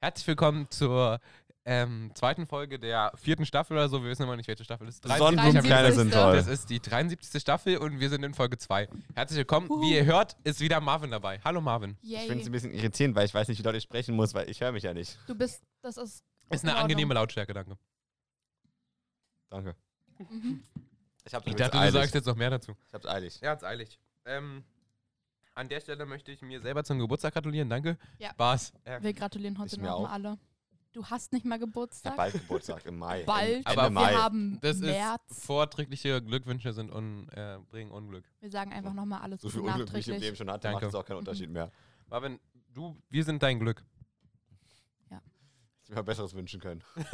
Herzlich willkommen zur ähm, zweiten Folge der vierten Staffel oder so. Wir wissen immer nicht, welche Staffel es ist. Sonnenblumenkleider sind toll. Das ist die 73. Staffel und wir sind in Folge 2. Herzlich willkommen. Wie ihr hört, ist wieder Marvin dabei. Hallo Marvin. Ich Yay. finde es ein bisschen irritierend, weil ich weiß nicht, wie laut ich sprechen muss, weil ich höre mich ja nicht. Du bist, das Ist ist. eine in Ordnung. angenehme Lautstärke, danke. Danke. Mhm. Ich hab's Ich übrigens dachte, du eilig. sagst jetzt noch mehr dazu. Ich hab's eilig. Ja, hat's eilig. Ähm, an der Stelle möchte ich mir selber zum Geburtstag gratulieren. Danke. Ja. Spaß. Ja. Wir gratulieren heute Ich mir auch. nochmal alle. Du hast nicht mal Ich hab Geburtstag. bald Geburtstag im Mai. Bald. Ende Aber wir Mai. haben Das ist März. vorträgliche Glückwünsche sind un, äh, bringen Unglück. Wir sagen einfach nochmal alles so so viel Unglück, wie ich im Leben nachträglich. schon hatte, Danke. macht es auch keinen Unterschied mehr. Marvin, du, wir sind dein Glück. Ich mir besseres wünschen können. Man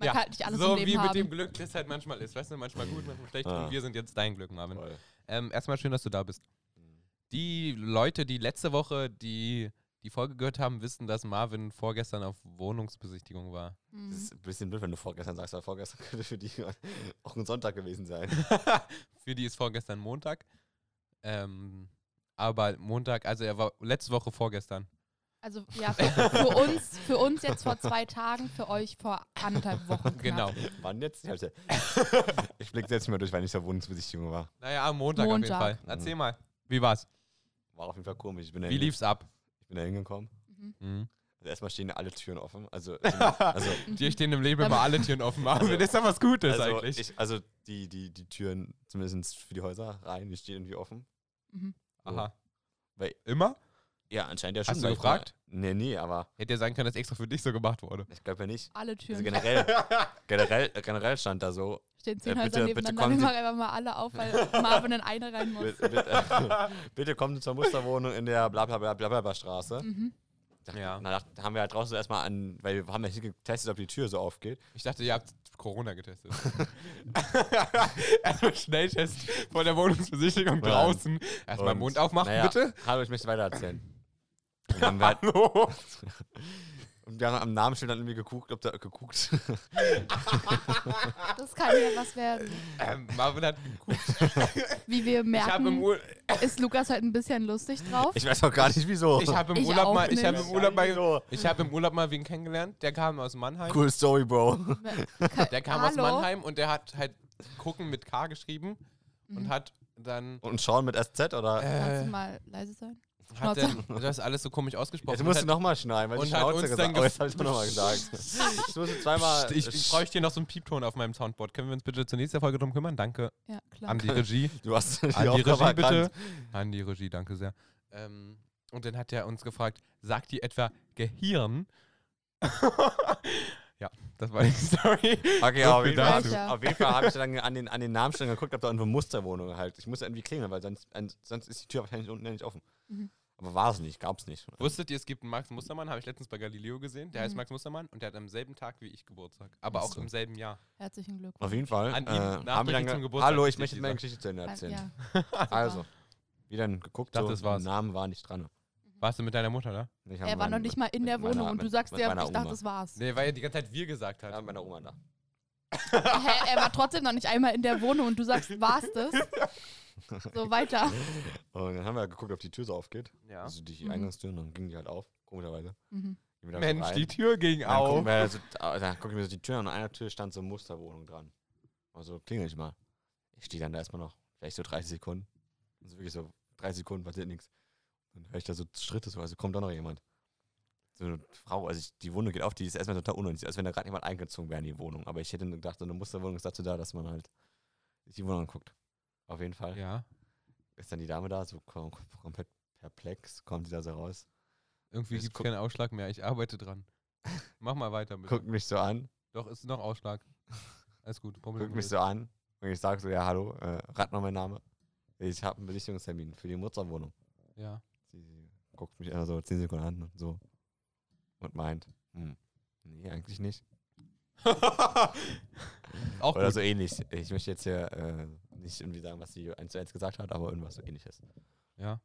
Ja. kann nicht alles so im wie Leben mit dem haben. Glück, das halt manchmal ist. Weißt du, manchmal gut, manchmal schlecht. Ah. Und wir sind jetzt dein Glück, Marvin. Voll. Mhm. Ähm, erstmal schön, dass du da bist. Die Leute, die letzte Woche die, die Folge gehört haben, wissen, dass Marvin vorgestern auf Wohnungsbesichtigung war. Mhm. Das ist ein bisschen blöd, wenn du vorgestern sagst, weil vorgestern könnte für die auch ein Sonntag gewesen sein. Für die ist vorgestern Montag. Ähm, aber Montag, also er war letzte Woche vorgestern. Also ja, für, für uns, für uns jetzt vor zwei Tagen, für euch vor anderthalb Wochen. Knapp. Genau. Wann jetzt? Ich, hab's ja- ich blick selbst nicht mehr durch, weil ich zur Wohnungsbesichtigung war. Naja, am Montag, Montag. auf jeden Fall. Mhm. Erzähl mal, wie war's? War auf jeden Fall komisch. Ich bin da Wie hinge- lief's ab? Ich bin da hingekommen. Mhm. Mhm. Also erstmal stehen alle Türen offen. Also, also Dir stehen im Leben immer alle Türen offen, Marvin. das ist ja was Gutes also, eigentlich. Ich, also die, die, die Türen, zumindest für die Häuser, rein, die stehen irgendwie offen. Mhm. Aha. Weil- Immer? Ja, anscheinend ja Hast schon. du so gefragt? Nee, nee, aber Hätte ja sein können, dass extra für dich so gemacht wurde. ich glaube ja nicht. Alle Also Türen generell, generell, generell stand da so, stehen zehn äh, Häuser bitte- bitte nebeneinander. kommen Wir Sie- machen einfach mal alle auf, weil Marvin in eine rein muss. bitte, bitte, bitte kommen Sie zur Musterwohnung in der bla bla bla bla bla, bla Straße. Mhm. Da, Ja. Na, da haben wir halt draußen so erstmal an, weil wir haben ja hier getestet, ob die Tür so aufgeht. Ich dachte, ihr habt Corona getestet. Erstmal Schnelltest vor der Wohnungsbesichtigung Nein. draußen. Erstmal Und- Mund aufmachen, naja, bitte. Hallo, ich möchte weiter erzählen. Und dann haben wir, halt, Hallo. und wir haben am Namensschild dann irgendwie geguckt, ob da geguckt. Das kann ja was werden. Ähm, Marvin hat geguckt. Wie wir Ich habe im, merken, Ur ist Lukas halt ein bisschen lustig drauf. Ich weiß auch gar nicht wieso. ich hab im Ich Urlaub auch mal, ich habe nicht. im Urlaub mal, so. ich habe im Urlaub mal wen kennengelernt. Der kam aus Mannheim. Cool Story, Bro. Der kam aus Hallo? Mannheim und der hat halt gucken mit K geschrieben und Mhm. hat dann Und schauen mit SZ oder? Kannst äh, du mal leise sein? hat Schnauze. dann das alles so komisch ausgesprochen. Jetzt und musst du hat- nochmal schneiden, weil und ich hat uns Schnauze dann gesagt ge- habe. Das habe ich auch nochmal gesagt. Ich musste zweimal. ich ich bräuchte hier noch so einen Piepton auf meinem Soundboard. Können wir uns bitte zur nächsten Folge drum kümmern? Danke Ja, klar. an die Regie. Du hast die An die Aufgabe Regie bitte. erkannt. An die Regie, danke sehr. Ähm, und dann hat er uns gefragt, sagt ihr etwa Gehirn? ja, das war die Story. Okay, So auf viel jeden, Fall, dazu. auf jeden Fall habe ich dann an den, an den Namen schon geguckt, ob da irgendwo Musterwohnung halt. Ich muss irgendwie klingeln, weil sonst, an- sonst ist die Tür wahrscheinlich unten ja nicht offen. Mhm. Aber war es nicht, gab es nicht. Wusstet ihr, es gibt einen Max Mustermann, habe ich letztens bei Galileo gesehen. Der heißt Mhm. Max Mustermann und der hat am selben Tag wie ich Geburtstag, aber Ach auch so. im selben Jahr. Herzlichen Glückwunsch. Auf jeden Fall. An ihn äh, haben wir nachträglich dann zum ge Geburtstag Hallo, ich richtig möchte meine gesagt. Geschichte zu Ende erzählen. Ja, Also, wie dann geguckt, dachte, so, das war's. Namen war nicht dran. Warst du mit deiner Mutter da? Ich hab er war meinen- noch nicht mal in der mit meiner- Wohnung und du mit- sagst mit dir, ich meiner dachte, Oma. das war's. Nee, weil er die ganze Zeit wir gesagt hat. Ja, mit meiner Oma da. Hä, er war trotzdem noch nicht einmal in der Wohnung und du sagst, war's das? So weiter. Und dann haben wir halt geguckt, ob die Tür so aufgeht. Ja. Also die Mhm. Eingangstür und dann ging die halt auf, komischerweise. Mhm. Gehen wir da so Mensch, rein. die Tür ging Dann gucken auf. wir so, da- dann gucken wir so die Tür an und an einer Tür stand so eine Musterwohnung dran. Also klingel ich mal. Ich stehe dann da erstmal noch, vielleicht so 30 Sekunden. Also wirklich so 30 Sekunden passiert nichts. Dann höre ich da so Schritte so, also kommt doch noch jemand. So eine Frau, also ich, die Wohnung geht auf, die ist erstmal total unordentlich, als wenn da gerade jemand eingezogen wäre in die Wohnung. Aber ich hätte gedacht, so eine Musterwohnung ist dazu da, dass man halt sich die Wohnung anguckt. Auf jeden Fall Ja, ist dann die Dame da, so kom komplett perplex, kommt die da so raus, irgendwie Jetzt gibt es guck- keinen Ausschlag mehr. Ich arbeite dran. Mach mal weiter bitte. guckt mich so an, Doch, ist noch Ausschlag. Alles gut. Problem guckt mich so an und ich sage so, ja, hallo, äh, rat mal meinen Namen. Ich habe einen Besichtigungstermin für die Mutzerwohnung. Ja. Sie, sie guckt mich immer so 10 Sekunden an und so und meint, hm, nee, eigentlich nicht. Auch Oder gut. so ähnlich. Ich möchte jetzt hier äh, nicht irgendwie sagen, was sie eins zu eins gesagt hat, aber irgendwas so ähnliches. Ja.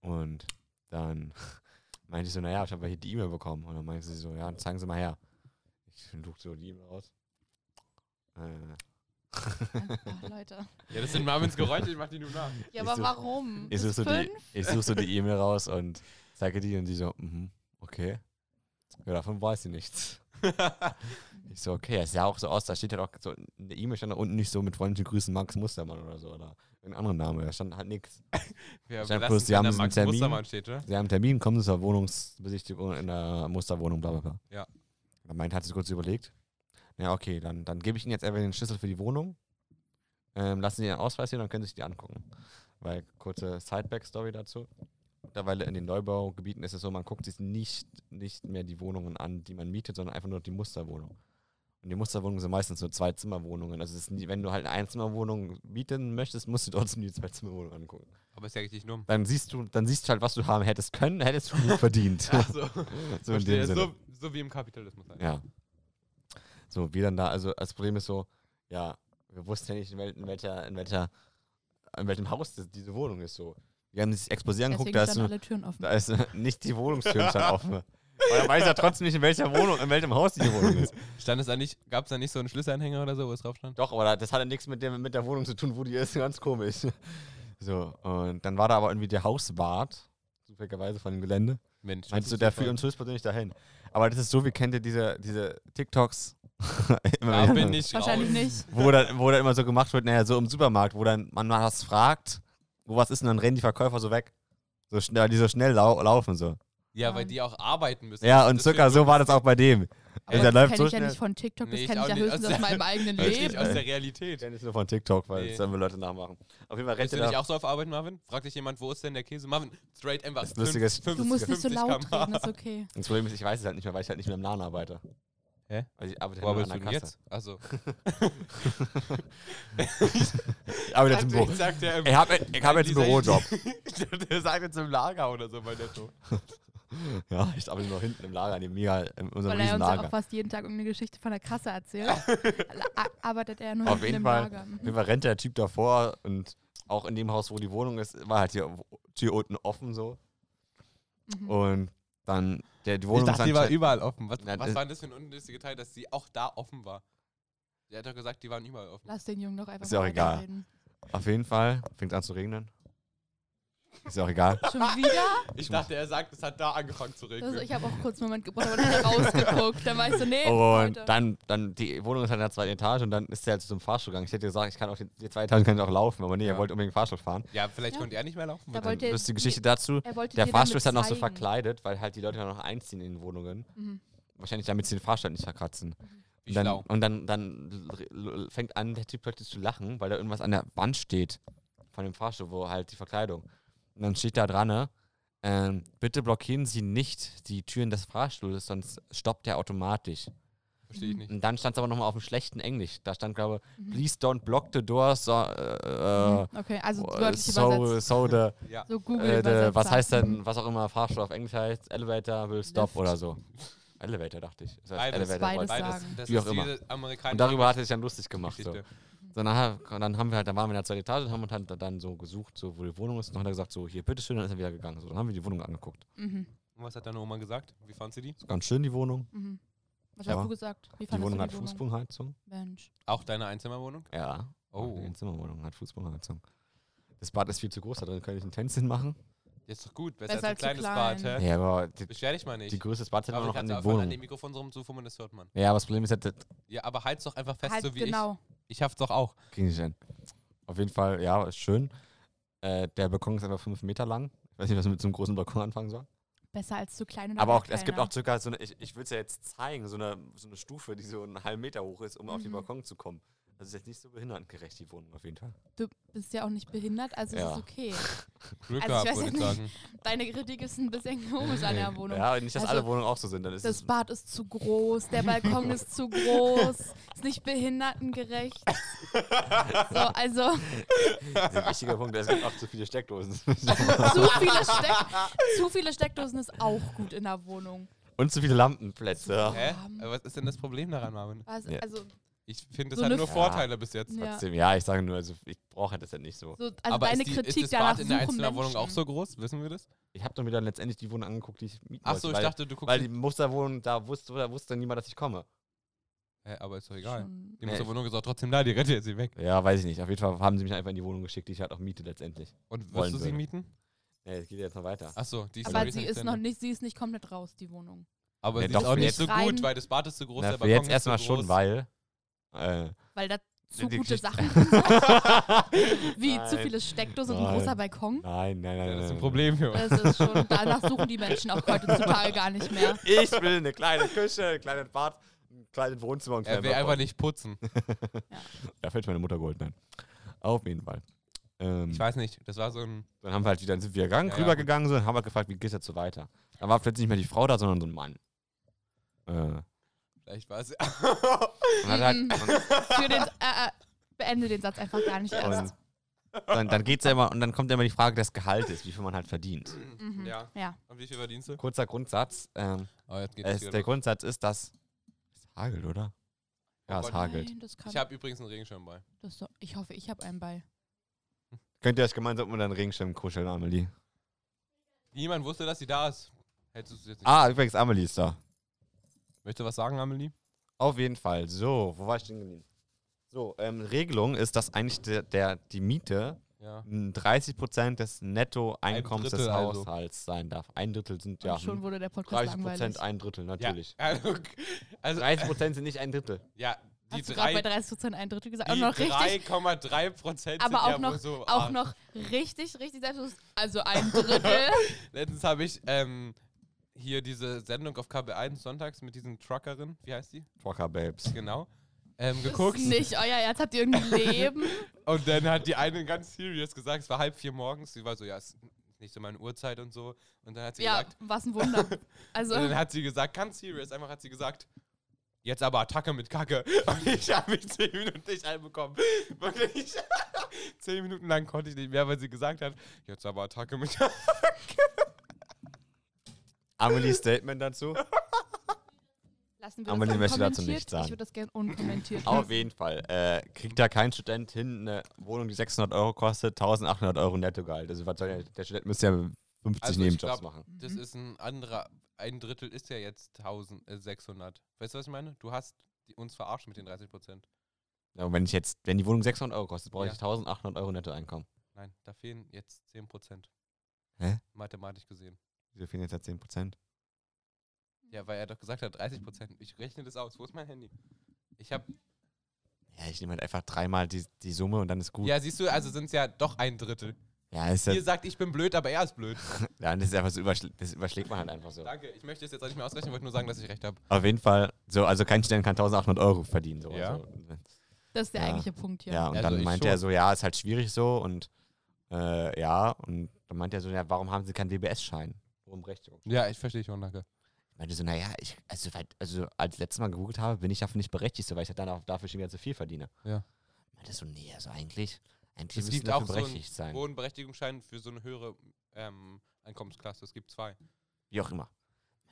Und dann meinte ich so, naja, ich habe hier die E-Mail bekommen. Und dann meinte sie so, ja, zeigen Sie mal her. Ich lugte so die E-Mail aus. Äh, Ach, Leute. Ja, das sind Marvins Geräusche, ich mach die nur nach. Ja, Ist aber so- warum? ich Bis suche so die, fünf? ich such so die E-Mail raus und zeige die und die so, mhm, okay. Ja, davon weiß sie nichts. ich so, okay, es sah auch so aus, da steht ja halt auch so, in der E-Mail stand da unten nicht so mit freundlichen Grüßen Max Mustermann oder so oder irgendein anderer Name, da stand halt nichts. Wir Ich sag lassen bloß, es, die wenn haben da es im Max Termin. Mustermann steht, oder? Sie haben einen Termin, kommen Sie zur Wohnungsbesichtigung in der Musterwohnung, bla bla bla. Ja. Dann meint, hat sie kurz überlegt. Ja, okay, dann, dann gebe ich Ihnen jetzt einfach den Schlüssel für die Wohnung. Ähm, lassen Sie Ihren Ausweis hier, dann können Sie sich die angucken. Weil, kurze Sideback-Story dazu. Mittlerweile in den Neubaugebieten ist es so, man guckt sich nicht, nicht mehr die Wohnungen an, die man mietet, sondern einfach nur die Musterwohnung. Und die Musterwohnungen sind meistens nur Zwei-Zimmer-Wohnungen. Also es ist nie, wenn du halt eine Einzimmerwohnung mieten möchtest, musst du dir trotzdem die Zwei-Zimmer-Wohnung angucken Aber ist ja richtig dumm. dann siehst du, dann siehst du halt, was du haben hättest können, hättest du gut verdient. Also, so in dem Sinne. so, so wie im Kapitalismus. halt. Ja. So, wir dann da, also das Problem ist so, ja, wir wussten ja nicht, in, wel, in welcher, in welcher, in welchem Haus das, diese Wohnung ist so. Wir haben sich Exposé angeguckt, Deswegen da ist, nur, standen alle Türen offen. da ist äh, nicht die Wohnungstür stand offen. Weil er weiß ja trotzdem nicht, in welcher Wohnung, in welchem Haus diese Wohnung ist. Stand es da nicht, gab es da nicht so einen Schlüsselanhänger oder so, wo es drauf stand? Doch, aber da- das hatte nichts mit, dem, mit der Wohnung zu tun, wo die ist. Ganz komisch. So, und dann war da aber irgendwie der Hauswart, zufälligerweise von dem Gelände. Mensch. Meinst das du, ist der super. führt uns höchstpersönlich dahin? Aber das ist so, wie kennt ihr diese, diese TikToks? Immer Da wieder, bin ich Wahrscheinlich raus. nicht. Wo dann, wo dann immer so gemacht wird, naja, so im Supermarkt, wo dann man mal was fragt, wo was ist, und dann rennen die Verkäufer so weg. So schnell, die so schnell lau laufen so. Ja, weil die auch arbeiten müssen. Ja, und Das wird circa so war das auch bei dem. Aber Also der das läuft kenn so ich ja schnell. nicht von TikTok, das Nee, ich kenne auch ich ja nicht. höchstens aus Also- meinem eigenen wirklich Leben. aus der Realität. Ich kenne es nur von TikTok, weil Nee. das dann wir Leute nachmachen. Auf jeden Fall rennt Willst du er nicht da. auch so auf Arbeit, Marvin? Fragt dich jemand, wo ist denn der Käse? Marvin, straight einfach. Das Lustige ist- Du musst nicht so laut reden, ist okay. Das Problem ist, ich weiß es halt nicht mehr, weil ich halt nicht mehr im Laden arbeite. Hä? Also ich arbeite Wo halt nur arbeitest du an denn der jetzt? Kasse. Also, Ich arbeite jetzt im Büro. ich sag dir, Ich habe ich hab jetzt einen Bürojob. der sagt jetzt im Lager oder so, weil der so. Ja, ich arbeite noch hinten im Lager, neben mega, in unserem Weil er uns ja auch Riesenlager. fast jeden Tag irgendeine Geschichte von der Kasse erzählt. La- arbeitet er nur Auf hinten jeden im Fall. Lager. Auf jeden Fall rennt der Typ davor und auch in dem Haus, wo die Wohnung ist, war halt hier Tür unten offen so. Mhm. Und dann, der, die Wohnung ist anscheinend- überall offen. Was, Nein, was das- war denn das für ein unnötiger Teil, dass sie auch da offen war? Der hat doch gesagt, die waren überall offen. Lass den Jungen doch einfach Ist ja auch mal egal. weiterreden. Auf jeden Fall fängt an zu regnen. Ist auch egal. Schon wieder? Ich dachte, er sagt, es hat da angefangen zu regnen. Also ich habe auch kurz einen Moment gebraucht, aber dann hat er rausgeguckt. Dann war ich so, nee, Oh, Und Leute. dann, dann, die Wohnung ist halt in der zweiten Etage und dann ist der halt zum Fahrstuhl gegangen. Ich hätte gesagt, ich kann auch die, die zweite Etage kann ich auch laufen, aber nee, Ja. er wollte unbedingt Fahrstuhl fahren. ja, vielleicht Ja. konnte er nicht mehr laufen. Da weil wollte Dann er- lustige Geschichte dazu. er wollte Der dir Fahrstuhl damit ist dann noch so zeigen. verkleidet, weil halt die Leute dann noch einziehen in den Wohnungen. Mhm. Wahrscheinlich damit sie den Fahrstuhl halt nicht verkratzen. Wie Und dann, schlau. und dann, dann l- l- fängt an, der Typ plötzlich zu lachen, weil da irgendwas an der Wand steht von dem Fahrstuhl, wo halt die Verkleidung. Und dann steht da dran, ne, ähm, bitte blockieren Sie nicht die Türen des Fahrstuhls, sonst stoppt der automatisch. verstehe ich Hm, nicht. Und dann stand es aber nochmal auf dem schlechten Englisch. Da stand, glaube ich, please don't block the doors, so, äh, äh, Mhm. Okay, also so, wörtlich übersetzt. so the, Ja. So Google äh, the, übersetzt halt. was heißt hat. denn, was auch immer Fahrstuhl auf Englisch heißt, Elevator will stop Lift. oder so. Elevator, dachte ich. Das heißt Beides. Elevator, Beides. wollte ich. Beides. sagen. Das Wie ist auch immer. diese amerikanische Und darüber hat er sich dann lustig gemacht. So. Geschichte. So, nachher, und dann haben wir halt, dann waren wir in der zweiten Etage und haben uns halt dann so gesucht, so wo die Wohnung ist. Und dann hat er gesagt, so hier, bitteschön, dann ist er wieder gegangen. So, dann haben wir die Wohnung angeguckt. Mhm. Und was hat deine Oma gesagt? Wie fand sie die? Ist ganz schön, die Wohnung. Mhm. Was Ja. hast du gesagt? Wie Die fandest Wohnung du hat Fußbodenheizung. Mensch. Auch deine Einzimmerwohnung? Ja. Oh. Die Zimmerwohnung hat Fußbodenheizung. Das Bad ist viel zu groß, da drin könnte ich ein Tänzchen machen. Ist doch gut. Besser, Besser als ein als zu kleines klein. Bad, hä? Ja, aber die, Beschwer dich mal nicht. die Größe des Bads hätte aber man ich noch an kann der an, an Wohnung. dem Mikrofon so rumzufummeln, das hört man. Ja, aber das Problem ist halt, das Ja, aber halt's doch einfach fest, Halt, so wie genau. ich. Ich haft's doch auch. ging nicht hin. Auf jeden Fall, ja, ist schön. Äh, der Balkon ist einfach fünf Meter lang. Ich weiß nicht, was man mit so einem großen Balkon anfangen soll. Besser als zu klein oder Aber auch, gar es gibt keiner. auch circa so eine, ich, ich will es ja jetzt zeigen, so eine, so eine Stufe, die so einen halben Meter hoch ist, um auf den Mhm. Balkon zu kommen. Das ist jetzt nicht so behindertengerecht, die Wohnung auf jeden Fall. Du bist ja auch nicht behindert, also Ja. ist es okay. Glück Also ich gehabt, weiß würde jetzt ich sagen. Deine Kritik ist ein bisschen komisch an der Wohnung. Ja, nicht, dass alle Also, Wohnungen auch so sind. Dann ist Das es, Bad ist zu groß, der Balkon ist zu groß, ist nicht behindertengerecht. So, also das ist ein wichtiger Punkt, es gibt auch zu viele Steckdosen. zu viele, Steck zu viele Steckdosen ist auch gut in der Wohnung. Und zu viele Lampenplätze. Hä? Aber was ist denn das Problem daran, Marvin? Was, Ja. also, Ich finde, das So hat eine nur F- Vorteile bis jetzt. Ja. Trotzdem, ja, ich sage nur, also ich brauche halt das ja nicht so. so, also aber deine ist die, ist Kritik das danach Bad in der suchen Einzimmerwohnung Menschen. auch so groß? Wissen wir das? Ich habe dann wieder letztendlich die Wohnung angeguckt, die ich mieten Ach so, ich wollte, dachte, du weil, weil guckst. die Musterwohnung, da wusste, da wusste niemand, dass ich komme. Hä, aber ist doch egal. Schon. Die Nee, Musterwohnung ist auch trotzdem da, die rennt jetzt nicht weg. Ja, weiß ich nicht. Auf jeden Fall haben sie mich einfach in die Wohnung geschickt, die ich halt auch miete letztendlich. Und Wollen wirst du sie würde. mieten? Ja, es geht jetzt noch weiter. Ach so, die Aber Story sie nicht ist zu noch Ende. nicht, sie ist nicht komplett raus, die Wohnung. Aber Ja, sie doch, ist auch für nicht jetzt- so gut, Rein- weil das Bad ist zu groß, Na, der für Balkon jetzt ist zu erstmal groß. schon, weil. Äh, Weil da zu Die gute Geschichte- Sachen wie zu Nein. viele Steckdosen und ein Nein. großer Balkon. Nein, nein, nein. Ja, das ist ein nein, Problem für uns. Das ist schon, danach suchen die Menschen auch heutzutage gar nicht mehr. nein. Ich will eine kleine Küche, ein kleines Bad, ein kleines Wohnzimmer und Er will einfach nicht putzen. Da fällt meine Mutter geholt, nein. Auf jeden Fall. Ähm, Ich weiß nicht, das war so ein. Dann haben wir halt wieder, dann sind wir gegangen, Ja, ja, rübergegangen so, und haben halt gefragt, wie geht's jetzt so weiter? Dann war plötzlich nicht mehr die Frau da, sondern so ein Mann. Äh, und Vielleicht war es. hat halt, und Für den, äh, äh, beende den Satz einfach gar nicht erst. dann, dann geht's ja immer, und dann kommt ja immer die Frage des Gehaltes, wie viel man halt verdient. Mhm. Ja. ja. Und wie viel verdienst du? Kurzer Grundsatz, ähm, Oh, jetzt geht's es, wieder der los. Grundsatz ist, dass es hagelt, oder? Ja, Oh es Gott. hagelt. Nein, das kann, Ich habe übrigens einen Regenschirm bei. das so, ich hoffe, ich habe einen Ball. Könnt ihr euch gemeinsam unter den Regenschirm kuscheln, Amelie? Niemand wusste, dass sie da ist. Hättest du es jetzt nicht. Ah, übrigens, Amelie ist da. Möchtest du was sagen, Amelie? Auf jeden Fall. So, wo war ich denn geblieben? So, ähm, Regelung ist, dass eigentlich der, der, die Miete Ja. m, 30 Prozent des Nettoeinkommens Ein des Drittel also. Haushalts sein darf. Ein Drittel sind Und ja schon hm, wurde der Podcast 30 langweilig. Prozent, ein Drittel, natürlich. Ja. Also, okay. also 30 Prozent sind nicht ein Drittel. ja, die Hast du gerade bei drei. 30 Prozent ein Drittel gesagt? Die Auch noch richtig, 3,3 Prozent sind aber ja auch wohl noch, so. auch ah, noch richtig, richtig selbstbewusst. Also ein Drittel. Letztens habe ich ähm, hier diese Sendung auf KB1 sonntags mit diesen Truckerin, wie heißt die? Trucker Babes. Genau. Ähm, das geguckt. ist nicht euer Ernst. Habt ihr irgendein Leben? Und dann hat die eine ganz serious gesagt, es war halb vier morgens. Sie war so, ja, es ist nicht so meine Uhrzeit und so. Und dann hat sie ja, gesagt, was ein Wunder. Also, und dann hat sie gesagt, ganz serious, einfach hat sie gesagt, jetzt aber Attacke mit Kacke. Und ich habe mich zehn Minuten nicht einbekommen. Wirklich. zehn Minuten lang konnte ich nicht mehr, weil sie gesagt hat, jetzt aber Attacke mit Kacke. Amelie's Statement dazu. lassen wir Aber das die möchte dazu unkommentiert. nichts sagen. Ich würde das gerne unkommentiert Auf lassen. jeden Fall. Äh, kriegt da kein Student hin, eine Wohnung, die 600 Euro kostet, 1800 Euro Nettogehalt. Also, was soll der, der Student müsste ja 50 Also, ich Nebenjobs glaub- machen. Das ist ein anderer, ein Drittel ist ja jetzt 1600. Weißt du, was ich meine? Du hast die, uns verarscht mit den 30 Prozent. Ja, und wenn ich jetzt, wenn die Wohnung 600 Euro kostet, brauche Ja. ich 1800 Euro Nettoeinkommen. Nein, da fehlen jetzt 10 Prozent. Hä? Mathematisch gesehen. Wieso fehlen jetzt da 10 Prozent? Ja, weil er doch gesagt hat, 30 Prozent. Ich rechne das aus. Wo ist mein Handy? Ich habe. Ja, ich nehme halt einfach dreimal die, die Summe und dann ist gut. Ja, Ja, siehst du, also sind es ja doch ein Drittel. ist ja, Ihr sagt, ich bin blöd, aber er ist blöd. ja, das ist einfach so, überschl das überschlägt man halt einfach so. Danke, ich möchte es jetzt auch nicht mehr ausrechnen, wollte nur sagen, dass ich recht habe. Auf jeden Fall, so, also kein Student kann 1800 Euro verdienen. So, also, Ja. so. Das ist der Ja. eigentliche Punkt hier. ja und Also dann ich meinte schon. er so, ja, ist halt schwierig so und äh, ja, und dann meinte er so, ja, warum haben sie keinen WBS-Schein? Warum Berechtigung? Ja, ich verstehe schon, danke. Ich meinte so, naja, ich, also, weil- also als ich letztes Mal gegoogelt habe, bin ich dafür nicht berechtigt, so, weil ich halt dann auch dafür schon wieder zu viel verdiene. Ja. Ich meinte so, nee, also eigentlich, Es eigentlich müsste ich gibt dafür auch so ein berechtigt sein. Wohnberechtigungsschein für so eine höhere ähm, Einkommensklasse. Es gibt zwei. Wie auch immer.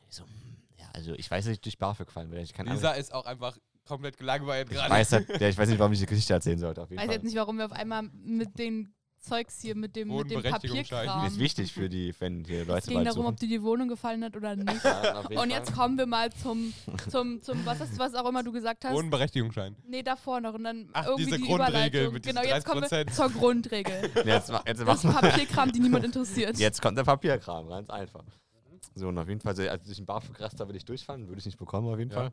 Ich so, hm, ja, also ich weiß, dass ich durch BAföG fallen werde. Ich kann Lisa ist auch einfach komplett gelangweilt Ich gerade. weiß, halt, ja, ich weiß nicht, warum ich die Geschichte erzählen sollte. Auf jeden weiß Fall. jetzt nicht, warum wir auf einmal mit den Zeugs hier, mit dem, mit dem Wohnberechtigungsschein. Papierkram. Das ist wichtig für die, wenn hier Es Leute ging bald darum, ob suchen. dir die Wohnung gefallen hat oder nicht. Ja, auf jeden Und jetzt Fall. kommen wir mal zum, zum, zum was, hast, was auch immer du gesagt hast. Wohnberechtigungsschein. Nee, davor noch. Und dann Ach, irgendwie diese die Grundregel Überleitung. mit diesen genau, jetzt kommen wir 30%. zur Grundregel. jetzt, ma- jetzt, Das machen wir- Papierkram, die niemand interessiert. jetzt kommt der Papierkram, ganz einfach. So, und auf jeden Fall, so, also durch den BAföG-Raster würde ich durchfahren, würde ich nicht bekommen, auf jeden Ja. Fall.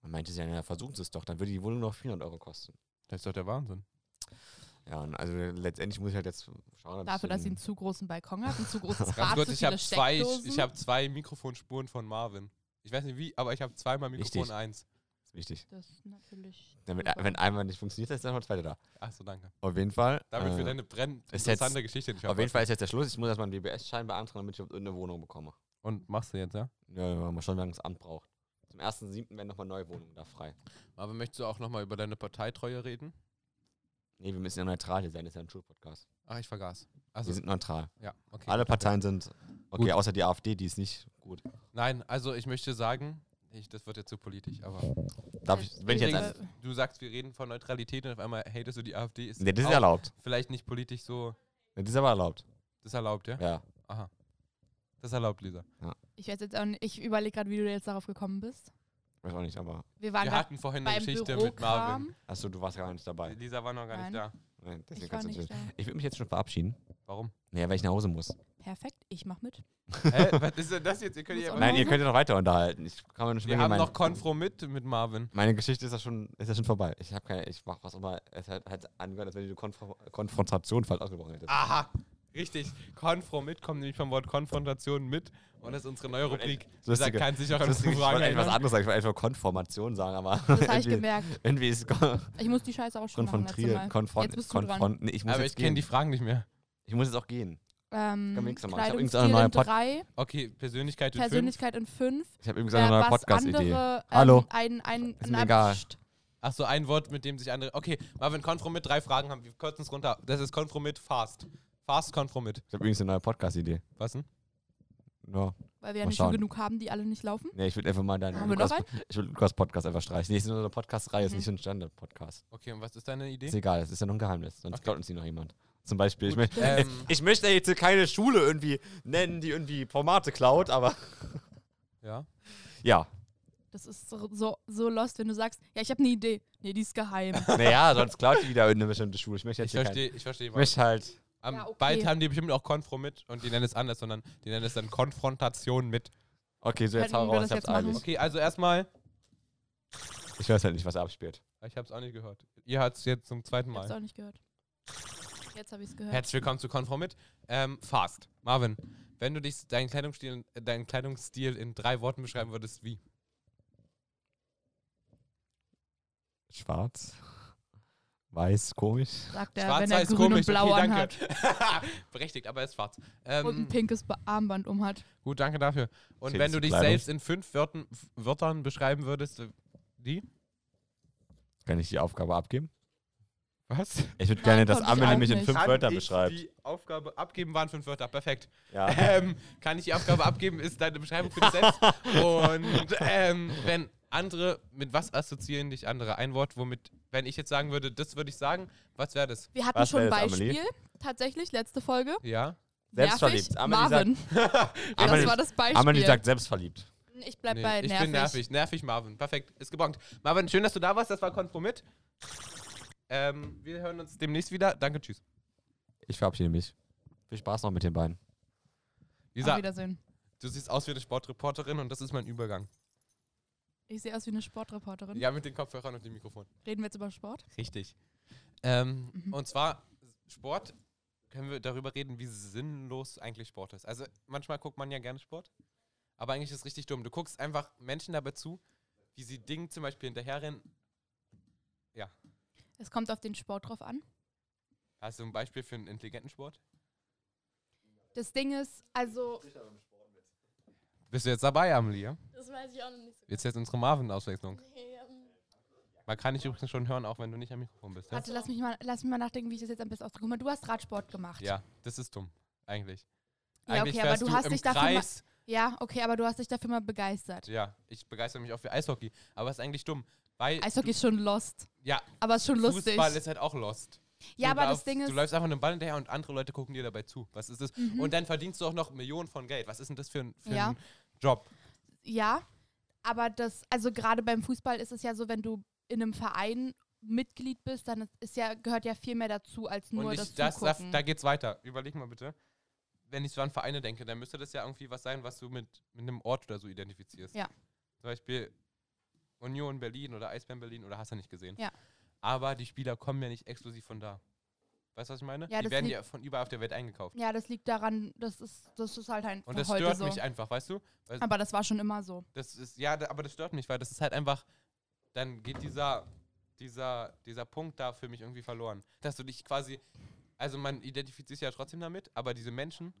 Dann meinte sie, ja, na, versuchen Sie es doch, dann würde die Wohnung noch 400 Euro kosten. Das ist doch der Wahnsinn. Ja, und also letztendlich muss ich halt jetzt schauen, ob Dafür, ich dass sie einen zu großen Balkon hat, ein zu großes Ganz Rad, kurz, zu ich habe viele zwei, Steckdosen. ich, ich hab zwei Mikrofonspuren von Marvin. Ich weiß nicht wie, aber ich habe zweimal Richtig. Mikrofon 1. ist wichtig. das ist natürlich Damit, super. wenn einmal nicht funktioniert, dann ist einfach zweiter da. Achso, danke. Auf jeden Fall. Damit für äh, deine brennend ist jetzt- interessante Geschichte nicht auf jeden Fall ist jetzt der Schluss, ich muss erstmal einen WBS-Schein beantragen, damit ich überhaupt eine Wohnung bekomme. Und machst du jetzt, ja? Ja, ja, mal schauen, wie lange das Amt braucht. Zum 1.7. werden nochmal neue Wohnungen da frei. Aber möchtest du auch nochmal über deine Parteitreue reden? Nee, wir müssen ja neutral hier sein, das ist ja ein Schulpodcast. Ach, Ah, ich vergaß. Wir Also, sind neutral. ja, okay. Alle Parteien sind, okay, Gut. außer die AfD, die ist nicht gut. Nein, also ich möchte sagen, ich, das wird jetzt zu politisch, aber Darf ich, wenn ich jetzt denkst, ein, Äh, du sagst, wir reden von Neutralität und auf einmal hatest du die AfD. Ist Nee, das ist auch erlaubt. Vielleicht nicht politisch so, Nee, Das ist aber erlaubt. das ist erlaubt, ja? Ja. Aha. Das ist erlaubt, Lisa. Ich weiß jetzt auch nicht, ich überlege gerade, wie du jetzt darauf gekommen bist. Weiß auch nicht, aber. Wir waren Wir gerade hatten vorhin eine beim Geschichte mit Marvin. Bürokram. Achso, du warst gar nicht dabei. Lisa war noch gar nicht Nein. da. Nee, deswegen Ich war kannst du nicht da. Ich will mich jetzt schon verabschieden. Warum? Naja, weil ich nach Hause muss. Perfekt, ich mach mit. Hä? Was ist denn das jetzt? Ihr könnt Muss ja auch mal- Nein, ihr könnt ja noch weiter unterhalten. Ich kann mir nicht Wir mehr haben mein- noch Konfro mit, mit Marvin. Meine Geschichte ist ja schon, ist ja schon vorbei. Ich habe keine, ich mach was immer. Es hat, hat angehört, als wenn die Konfro Konfrontation falsch ausgebrochen hätte. Aha, richtig. Konfro mit kommt nämlich vom Wort Konfrontation mit und das ist unsere neue Rubrik. Lisa lustige- kann sich auch an Das ist- unsere ich wollte Fragen eigentlich was erinnern. anderes sagen. Ich wollte einfach Konformation sagen, aber. Das habe ich irgendwie- gemerkt. Irgendwie ist kon Ich muss die Scheiße auch schon machen. letztes konfrontiert. Mal. Konfront, Jetzt bist du dran. konfront, nee, ich muss Aber jetzt ich kenne die gehen. Fragen nicht mehr. Ich muss jetzt auch gehen. Kann mir Ähm, nichts mehr machen. Ich hab Kleidungsstil irgendeinen neuen in Pod- 3, Okay, Persönlichkeit in fünf. Persönlichkeit in 5. Ich habe irgendwie so Äh, eine neue was Podcast-Idee. andere, ähm, Hallo. Ein, ein, Ist ein mir egal. Abscht. Ach so, ein Wort, mit dem sich andere. Okay, Marvin, Konfro mit, drei Fragen haben wir. Kurz uns runter. Das ist Konfro mit, fast. Fast Konfro mit. Ich habe übrigens eine neue Podcast-Idee. Was denn? Ja. Weil wir ja Mal nicht schon schauen. genug haben, die alle nicht laufen. Nee, ich würde einfach mal deinen Haben wir noch Mhm. Lukas- Ich will Lukas Podcast einfach streichen. Nee, es ist nur eine Podcast-Reihe, es ist nicht so ein Standard-Podcast. Okay, und was ist deine Idee? Ist egal, es ist ja nur ein Geheimnis. Sonst Okay. klaut uns die noch jemand. Zum Beispiel, ich, Gut, möchte- ähm, ich möchte jetzt keine Schule irgendwie nennen, die irgendwie Formate klaut, aber Ja. ja. Das ist so, so, so lost, wenn du sagst, ja, ich habe eine Idee. Nee, die ist geheim. Naja, sonst klaut die wieder eine bestimmte Schule. Ich möchte Ich jetzt hier kein, verstehe, ich verstehe. ich möchte halt. Am Ja, okay. Bald haben die bestimmt auch Konfro mit und die nennen es anders, sondern die nennen es dann Konfrontation mit. Okay, so jetzt hau Könnten wir raus, ich das hab's jetzt machen? eilig. Okay, also erstmal. Ich weiß halt nicht, was er abspielt. Ich hab's auch nicht gehört. Ihr habt's jetzt zum zweiten Ich hab's Mal. auch nicht gehört. Jetzt habe ich es gehört. Herzlich willkommen zu Konfro mit. Ähm, fast. Marvin, wenn du dich deinen Kleidungsstil, deinen Kleidungsstil in drei Worten beschreiben würdest, wie? Schwarz. Weiß, komisch. sagt er, wenn er grün und blau anhat danke. Berechtigt, aber er ist schwarz. Ähm, und ein pinkes Be- Armband umhat. Gut, danke dafür. Und Zählt wenn es du zu dich Kleidung? selbst in fünf Wörtern, Wörtern beschreiben würdest, äh, die? Kann ich die Aufgabe abgeben? Was? Ich würde Nein, gerne, dass konnte ich Amme auch nämlich in nicht. fünf Kann Wörter ich beschreibt. Die Aufgabe abgeben waren fünf Wörter, perfekt. Ja. Ähm, kann ich die Aufgabe abgeben, ist deine Beschreibung für dich selbst. Und ähm, wenn andere, mit was assoziieren dich andere? Ein Wort, womit, wenn ich jetzt sagen würde, das würde ich sagen, was wäre das? Wir hatten Was schon ein wär das, Beispiel, tatsächlich, letzte Folge. Ja? Selbstverliebt. Nervig, Amelie sagt- Marvin. das Amelie- war das Beispiel. Amelie sagt selbstverliebt. ich bleib Nee, bei ich nervig. bin nervig. Nervig, Marvin. Perfekt. Ist gebongt. Marvin, schön, dass du da warst. Das war Konformit. Ähm, wir hören uns demnächst wieder. Danke, tschüss. Ich verabschiede mich. Viel Spaß noch mit den beiden. Auf Lisa, Wiedersehen. du siehst aus wie eine Sportreporterin und das ist mein Übergang. Ich sehe aus wie eine Sportreporterin. Ja, mit den Kopfhörern und dem Mikrofon. Reden wir jetzt über Sport? Richtig. Ähm, Mhm. Und zwar, Sport, können wir darüber reden, wie sinnlos eigentlich Sport ist. Also manchmal guckt man ja gerne Sport, aber eigentlich ist es richtig dumm. Du guckst einfach Menschen dabei zu, wie sie Dingen zum Beispiel hinterherrennen. Es kommt auf den Sport drauf an. Hast du ein Beispiel für einen intelligenten Sport? Das Ding ist, also, Bist du jetzt dabei, Amelie? ja? Das weiß ich auch noch nicht so. Jetzt jetzt unsere Marvin-Auswechslung. Nee, ähm, Man kann dich übrigens schon hören, auch wenn du nicht am Mikrofon bist. Ja, warte, lass mich, mal, lass mich mal nachdenken, wie ich das jetzt am besten ausdrücke. Guck mal, du hast Radsport gemacht. ja das ist dumm, eigentlich. Ja, okay, aber fährst du hast im dich dafür mal- Kreis Ja, okay, aber du hast dich dafür mal begeistert. Ja, ich begeistere mich auch für Eishockey, aber es ist eigentlich dumm, weil Eishockey ist schon lost, ja, aber ist schon lustig. Äh, Fußball ist halt auch lost. ja, Du aber das laufst- Ding du ist, Mhm. läufst einfach einen Ball hinterher und andere Leute gucken dir dabei zu. Was ist das? Und dann verdienst du auch noch Millionen von Geld. Was ist denn das für ein, für Ja. ein Job? ja, aber das, also gerade beim Fußball ist es ja so, wenn du in einem Verein Mitglied bist, dann ist ja, gehört ja viel mehr dazu als nur und das, ich, das, das Zugucken. da geht's weiter. Überleg mal bitte. Wenn ich so an Vereine denke, dann müsste das ja irgendwie was sein, was du mit, mit einem Ort oder so identifizierst. Ja. Zum Beispiel Union Berlin oder Eisbären Berlin oder hast du nicht gesehen. Ja. Aber die Spieler kommen ja nicht exklusiv von da. Weißt du, was ich meine? Ja, die das werden liegt- ja von überall auf der Welt eingekauft. ja, das liegt daran, das ist, das ist halt einfach Und das heute stört so. mich einfach, weißt du? Weil aber das war schon immer so. das ist, ja, da- aber das stört mich, weil das ist halt einfach, dann geht dieser, dieser, dieser Punkt da für mich irgendwie verloren. Dass du dich quasi, also man identifiziert sich ja trotzdem damit, aber diese Menschen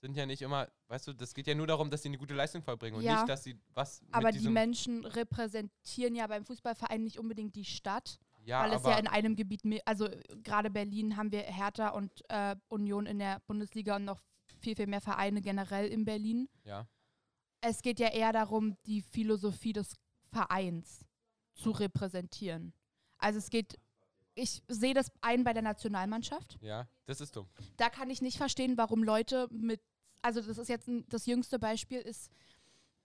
sind ja nicht immer, weißt du, das geht ja nur darum, dass sie eine gute Leistung vollbringen und Ja. nicht, dass sie was Aber mit die diesem, Menschen repräsentieren ja beim Fußballverein nicht unbedingt die Stadt, ja, weil es aber, ja in einem Gebiet, me- also äh, gerade Berlin haben wir Hertha und äh, Union in der Bundesliga und noch viel, viel mehr Vereine generell in Berlin. ja. Es geht ja eher darum, die Philosophie des Vereins zu repräsentieren. Also es geht, ich sehe das ein bei der Nationalmannschaft. Ja, das ist dumm. Da kann ich nicht verstehen, warum Leute mit, also das ist jetzt ein, das jüngste Beispiel ist,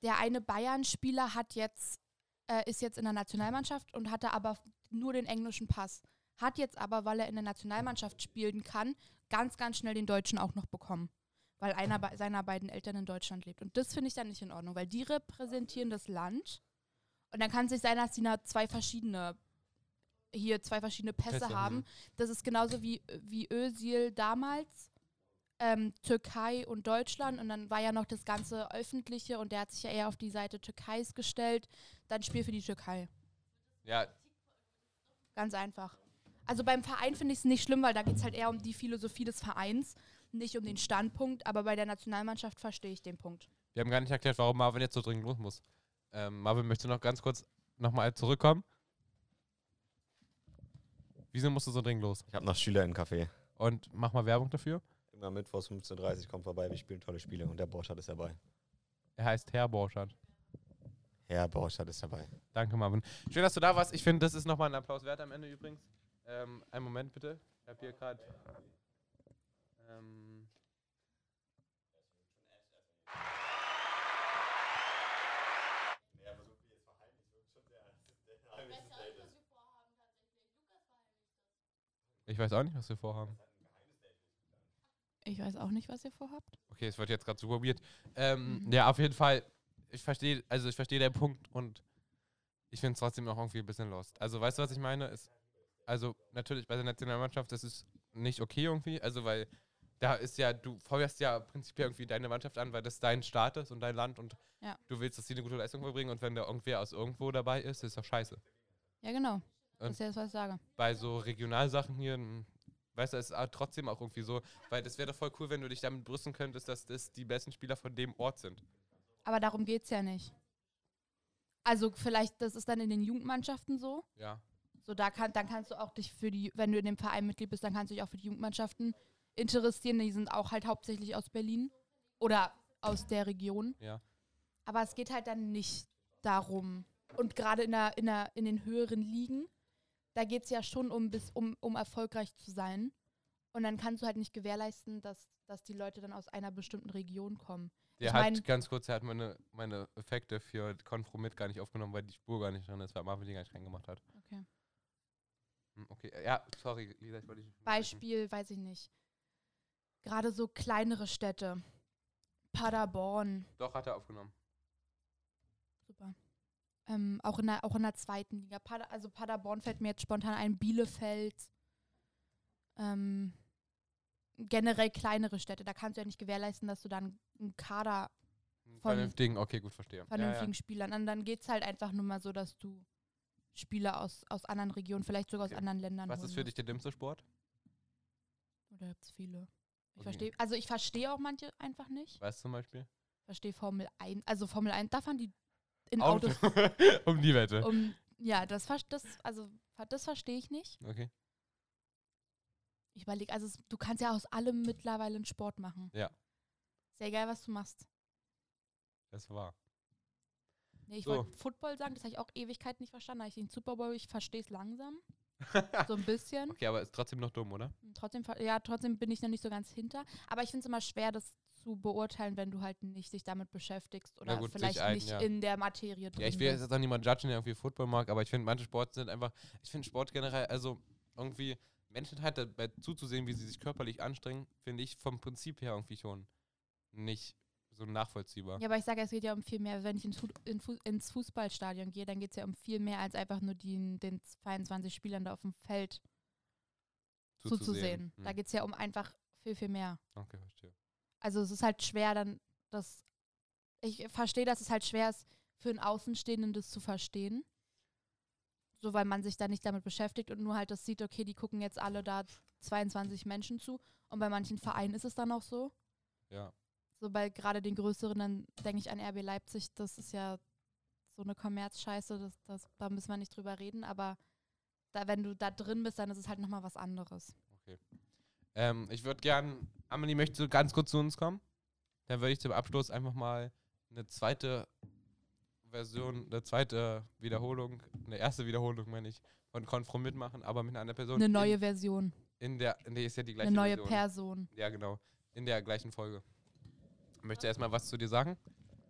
der eine Bayern-Spieler hat jetzt, äh, ist jetzt in der Nationalmannschaft und hatte aber f- nur den englischen Pass. Hat jetzt aber, weil er in der Nationalmannschaft spielen kann, ganz, ganz schnell den Deutschen auch noch bekommen. weil einer bei seiner beiden Eltern in Deutschland lebt. Und das finde ich dann nicht in Ordnung, weil die repräsentieren das Land. Und dann kann es nicht sein, dass die na zwei verschiedene hier zwei verschiedene Pässe Pässe, haben. mhm. Das ist genauso wie, wie Özil damals, ähm, Türkei und Deutschland. Und dann war ja noch das ganze Öffentliche und der hat sich ja eher auf die Seite Türkeis gestellt. Dann Spiel für die Türkei. Ja, Ganz einfach. Also beim Verein finde ich es nicht schlimm, weil da geht es halt eher um die Philosophie des Vereins, nicht um den Standpunkt. Aber bei der Nationalmannschaft verstehe ich den Punkt. wir haben gar nicht erklärt, warum Marvin jetzt so dringend los muss. Ähm, Marvin möchte noch ganz kurz nochmal zurückkommen. Wieso musst du so dringend los? Ich habe noch Schüler im Café. Und mach mal Werbung dafür. Immer mittwochs 15.30 Uhr kommt vorbei, wir spielen tolle Spiele und der Borschat ist dabei. Er heißt Herr Borschardt. Herr Borschat ist dabei. Danke, Marvin. Schön, dass du da warst. Ich finde, das ist nochmal ein Applaus wert am Ende übrigens. Ähm, einen Moment bitte. Ich habe hier gerade. Ähm ich weiß auch nicht, was wir vorhaben. Ich weiß auch nicht, was ihr vorhabt. Okay, es wird jetzt gerade super weird. Ähm, Mhm. Ja, auf jeden Fall. Ich verstehe, also ich verstehe den Punkt und ich finde es trotzdem auch irgendwie ein bisschen lost. Also weißt du, was ich meine? Es, also natürlich bei der Nationalmannschaft, das ist nicht okay irgendwie. Also weil da ist ja, du feuerst ja prinzipiell irgendwie deine Mannschaft an, weil das dein Staat ist und dein Land und Ja. du willst, dass die eine gute Leistung vollbringen und wenn da irgendwer aus irgendwo dabei ist, ist doch scheiße. Ja, genau. Das Das ist ist ja das, was ich sage. Bei so Regionalsachen hier, mm, weißt du, es ist auch trotzdem auch irgendwie so, weil das wäre doch voll cool, wenn du dich damit brüsten könntest, dass das die besten Spieler von dem Ort sind. Aber darum geht es ja nicht. Also vielleicht, das ist dann in den Jugendmannschaften so. Ja. So, da kann, dann kannst du auch dich für die, wenn du in dem Verein Mitglied bist, dann kannst du dich auch für die Jugendmannschaften interessieren. Die sind auch halt hauptsächlich aus Berlin oder aus der Region. Ja. Aber es geht halt dann nicht darum. Und gerade in, der, in, der, in den höheren Ligen, da geht es ja schon um, bis, um, um erfolgreich zu sein. Und dann kannst du halt nicht gewährleisten, dass, dass die Leute dann aus einer bestimmten Region kommen. Der Ich hat mein- ganz kurz, der hat meine, meine Effekte für Konfromit gar nicht aufgenommen, weil die Spur gar nicht drin ist, weil Marvin die gar nicht reingemacht hat. Okay. Hm, Okay, äh, ja, sorry, Lisa, ich wollte dich. nicht unterbrechen. Beispiel, weiß ich nicht. Gerade so kleinere Städte. Paderborn. Doch, hat er aufgenommen. Super. Ähm, auch, in der, auch in der zweiten Liga. Pader, also Paderborn fällt mir jetzt spontan ein, Bielefeld. Ähm, generell kleinere Städte. Da kannst du ja nicht gewährleisten, dass du dann einen Kader Hm, Von- Vernünftigen, okay, gut, verstehe. vernünftigen Spielern an. Dann geht es halt einfach nur mal so, dass du Spieler aus, aus anderen Regionen, vielleicht sogar aus Okay. anderen Ländern. ja. Was holen ist für musst. dich der dümmste Sport? Oder gibt es viele? Ich Okay. verstehe, also ich verstehe auch manche einfach nicht. Weißt du zum Beispiel? Verstehe Formel 1. Also Formel 1, da fahren die in Autos um die Wette. um. Ja, das, ver- das, also, ver- das verstehe ich nicht. Okay. Ich überlege, also es, du kannst ja aus allem mittlerweile einen Sport machen. Ja. Sehr geil, was du machst. Das war. Nee, ich So. wollte Football sagen, das habe ich auch Ewigkeit nicht verstanden. Da hab Ich den Super Bowl, ich verstehe es langsam. so ein bisschen. Okay, aber ist trotzdem noch dumm, oder? Und Trotzdem, ver- ja, trotzdem bin ich noch nicht so ganz hinter. Aber ich finde es immer schwer, das zu beurteilen, wenn du halt nicht dich damit beschäftigst oder gut, sich vielleicht ein, nicht ja. in der Materie drin Ja, ich will bist. jetzt auch niemanden judgen, der irgendwie Football mag, aber ich finde, manche Sports sind einfach, ich finde Sport generell, also irgendwie Menschen halt dabei zuzusehen, wie sie sich körperlich anstrengen, finde ich vom Prinzip her irgendwie schon nicht so nachvollziehbar. Ja, aber ich sage, es geht ja um viel mehr. Wenn ich ins, Fu in Fu ins Fußballstadion gehe, dann geht es ja um viel mehr als einfach nur den, den 22 Spielern da auf dem Feld zuzusehen. Hm. Da geht es ja um einfach viel, viel mehr. Okay, verstehe. Also es ist halt schwer, dann das. Ich verstehe, dass es halt schwer ist, für einen Außenstehenden das zu verstehen. So, weil man sich da nicht damit beschäftigt und nur halt das sieht, okay, die gucken jetzt alle da 22 Menschen zu. Und bei manchen Vereinen ist es dann auch so. Ja. So bei gerade den größeren, dann denke ich an RB Leipzig, das ist ja so eine Kommerzscheiße, das, das, da müssen wir nicht drüber reden, aber da, wenn du da drin bist, dann ist es halt nochmal was anderes. Ähm, ich würde gern, Amelie, möchtest du ganz kurz zu uns kommen? Dann würde ich zum Abschluss einfach mal eine zweite Version, eine zweite Wiederholung, eine erste Wiederholung, meine ich, von Konfromit machen, aber mit einer anderen Person. Eine neue Version, In, in der, nee, ist ja die gleiche eine neue Version. Person. Ja, genau. In der gleichen Folge. Möchtest du erstmal was zu dir sagen?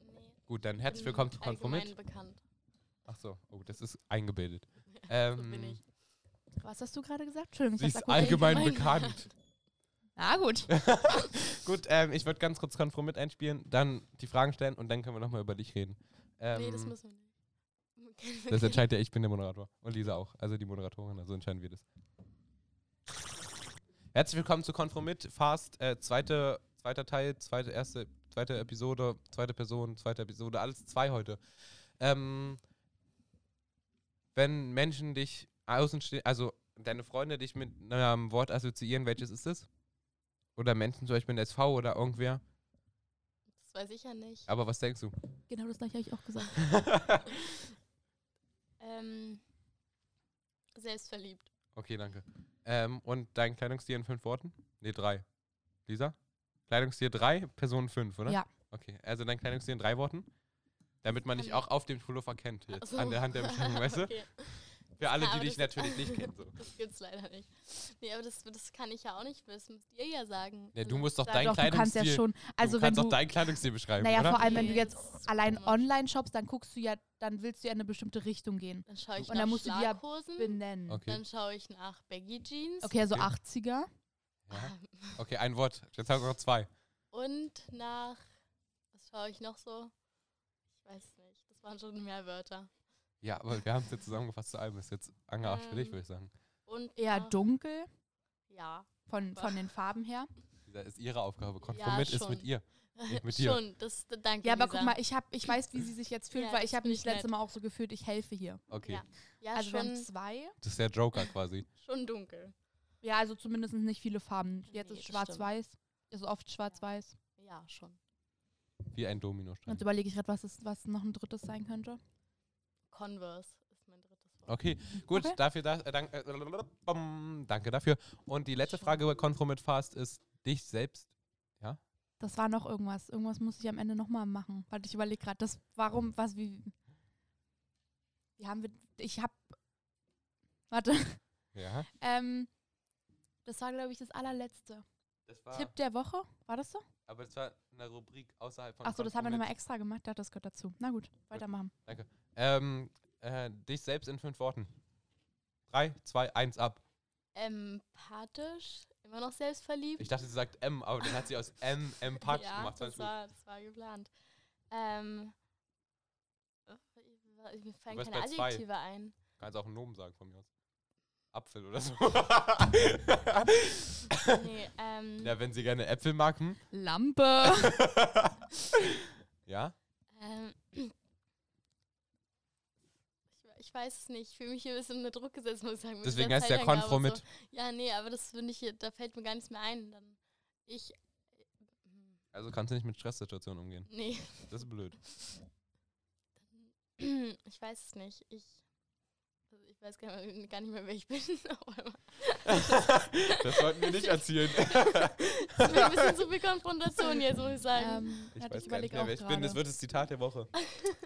Nee. Gut, dann herzlich bin willkommen zu allgemein Konfromit. bekannt. Ach so, oh, das ist eingebildet. so bin Ähm, ich. Was hast du gerade gesagt? Entschuldigung, ich sie hab's ist akustisch- allgemein Allgemein bekannt. Na gut. Gut, ähm, ich würde ganz kurz Konformit einspielen, dann die Fragen stellen und dann können wir nochmal über dich reden. Ähm, nee, das müssen wir nicht. das entscheidet ja, ich bin der Moderator. Und Lisa auch. Also die Moderatorin, also entscheiden wir das. Herzlich willkommen zu Konformit Fast, äh, zweite, zweiter Teil, zweite, erste, zweite Episode, zweite Person, zweite Episode, alles zwei heute. Ähm, wenn Menschen dich außenstehen, also deine Freunde dich mit einem Wort assoziieren, welches ist es? Oder Menschen, zum Beispiel in der SV oder irgendwer. Das weiß ich ja nicht. Aber was denkst du? Genau das gleiche habe ich auch gesagt. Ähm, selbstverliebt. Okay, danke. Ähm, und dein Kleidungsstil in fünf Worten? Nee, drei. Lisa? Kleidungsstil drei, Personen fünf, oder? Ja. Okay, also dein Kleidungsstil in drei Worten? Damit man dich Kann auch auf dem Pullover kennt, jetzt, Also- an der Hand der Beschreibung, weißt du? Okay, Für alle, Ja, die aber dich das- natürlich nicht kennen. So. Das gibt's leider nicht. Nee, aber das, das kann ich ja auch nicht wissen. Müsst ihr ja sagen. Nee, du Also, musst doch da- dein Doch, du kannst ja Kleidungsstil. schon. Also du wenn kannst du, doch deinen Kleidungsstil beschreiben, naja, oder? vor allem wenn du Nee, jetzt das ist allein komisch. online shoppst, dann guckst du ja, dann willst du ja in eine bestimmte Richtung gehen. Dann schaue ich Und nach dann musst du die ja Schlaghosen, Benennen. Okay, okay. dann schaue ich nach Baggy Jeans also Okay. 80er. Ja. okay, ein Wort. Jetzt hast du noch zwei. und nach was schaue ich noch so? Ich weiß nicht. Das waren schon mehr Wörter. Ja, aber wir haben es jetzt zusammengefasst zu einem. Ist jetzt angeacht für dich, Ähm. würde ich sagen. Und Eher nach, dunkel Ja. von, von den Farben her. Lisa, ist ihre Aufgabe. Ja, Konformit ist schon. mit ihr. Nicht mit dir. schon, das danke. Ja, aber Lisa. guck mal, ich, hab, ich weiß, wie sie sich jetzt fühlt, Ja, weil das ich habe finde mich ich nett. letztes Mal auch so gefühlt, ich helfe hier. Okay, Ja. ja, also wir haben schon, zwei. das ist der Joker quasi. schon dunkel. Ja, also zumindest nicht viele Farben. Jetzt Nee, ist das stimmt. schwarz-weiß. Ist oft schwarz-weiß. Ja, schon. Wie ein Dominostein. Jetzt überlege ich gerade, was, ist- was noch ein drittes sein könnte. Converse ist mein drittes Wort. Okay, gut, Okay. dafür das, äh, dank, äh, bom, danke dafür. Und die letzte Frage über Konformit Fast ist dich selbst. Das war noch irgendwas. Irgendwas muss ich am Ende nochmal machen. Warte, ich überlege gerade, das warum, was, wie. Wie haben wir. Ich hab. Warte. Ja. Ähm, das war, glaube ich, das allerletzte. Das war, Tipp der Woche? War das so? aber das war eine Rubrik außerhalb von Achso, das haben wir Konformit. nochmal extra gemacht. Ja, das gehört dazu. Na gut, weitermachen. Ähm, äh, dich selbst in fünf Worten. Drei, zwei, eins ab. Empathisch, immer noch selbstverliebt. Ich dachte, sie sagt M, aber dann hat sie aus M empathisch ja, gemacht. Das Alles gut. war, das war geplant. Ähm, äh, mir fallen bist keine bei zwei. Adjektive ein. Kannst auch einen Nomen sagen von mir aus. Apfel oder so. Nee, ähm, ja, wenn sie gerne Äpfel mag. Hm? Lampe. Ja? ähm, ich, ich weiß es nicht. Ich fühle mich hier ein bisschen unter Druck gesetzt, muss ich sagen. mit Deswegen dieser heißt der Zeitangabe Konfro mit. So. Ja, nee, aber das finde ich, hier- da fällt mir gar nichts mehr ein. Dann ich, hm, Also kannst du nicht mit Stresssituationen umgehen. nee, Das ist blöd. ich weiß es nicht. Ich, also ich weiß gar nicht, gar nicht mehr, wer ich bin. Auf einmal. Das sollten wir nicht erzählen. Das ist mir ein bisschen zu viel Konfrontation jetzt, muss ich sagen. ähm, Ich warte, weiß gar nicht überleg mehr, auch wer ich bin. Das gerade. wird das Zitat der Woche.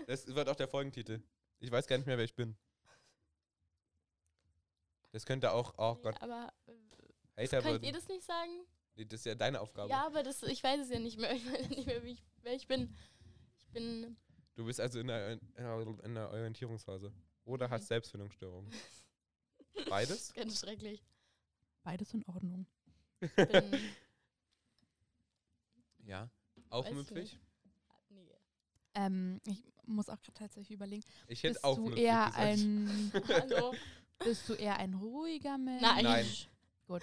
Das wird auch der Folgentitel. Ich weiß gar nicht mehr, wer ich bin. Das könnte auch, oh Nee, Gott, aber äh, Hater könnt ihr werden. das nicht sagen? Nee, Das ist ja deine Aufgabe. Ja, aber das, ich weiß es ja nicht mehr. Ich weiß nicht mehr, wie ich, wer ich bin. Ich bin. Du bist also in der, in der, in der Orientierungsphase. Oder hast Mhm. Selbstfindungsstörungen. Beides? Ganz schrecklich. Beides in Ordnung. Ich bin. Ja. Aufmüpfig? Aufmüpfig? nee. Ähm, ich muss auch gerade tatsächlich überlegen. Ich hätte Bist du, aufmüpfig eher gesagt. ein, Hallo. bist du eher ein ruhiger Mensch? Nein. Nein. Gut.